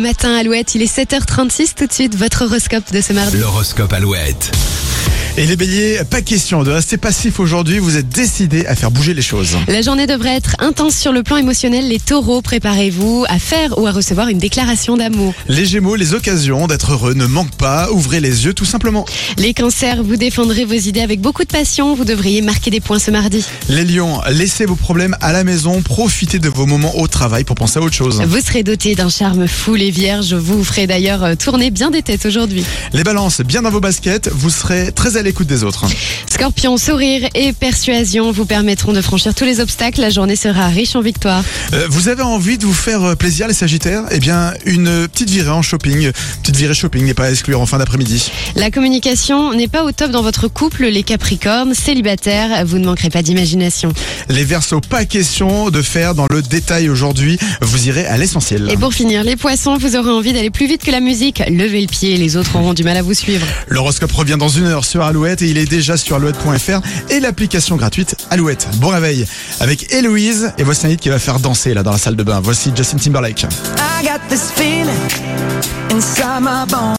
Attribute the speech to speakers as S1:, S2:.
S1: Matin Alouette, il est 7h36 tout de suite, votre horoscope de ce mardi.
S2: L'horoscope Alouette.
S3: Et les béliers, pas question de rester passif aujourd'hui, vous êtes décidés à faire bouger les choses.
S1: La journée devrait être intense sur le plan émotionnel. Les taureaux, préparez-vous à faire ou à recevoir une déclaration d'amour.
S3: Les gémeaux, les occasions d'être heureux ne manquent pas, ouvrez les yeux tout simplement.
S1: Les cancers, vous défendrez vos idées avec beaucoup de passion. Vous devriez marquer des points ce mardi.
S3: Les lions, laissez vos problèmes à la maison, profitez de vos moments au travail pour penser à autre chose.
S1: Vous serez doté d'un charme fou, les vierges. Vous ferez d'ailleurs euh, tourner bien des têtes aujourd'hui.
S3: Les balances, bien dans vos baskets, vous serez très à l'écoute des autres.
S1: Scorpion, sourire et persuasion vous permettront de franchir tous les obstacles. La journée sera riche en victoires.
S3: Euh, vous avez envie de vous faire euh, plaisir les sagittaires Eh bien, une euh, petite virée en shopping, petite virée shopping n'est pas à exclure en fin d'après-midi.
S1: La communication n'est pas au top dans votre couple. Les capricornes, célibataires, vous ne manquerez pas d'imagination.
S3: Les versos, pas question de faire dans le détail aujourd'hui, vous irez à l'essentiel.
S1: Et pour finir, les poissons, vous aurez envie d'aller plus vite que la musique. Levez le pied, les autres auront du mal à vous suivre.
S3: L'horoscope revient dans une heure sur Alouette et il est déjà sur alouette.fr et l'application gratuite Alouette. Bon réveil avec Héloïse et voici un hit qui va faire danser là dans la salle de bain. Voici Justin Timberlake.
S4: I got this feeling inside my bones.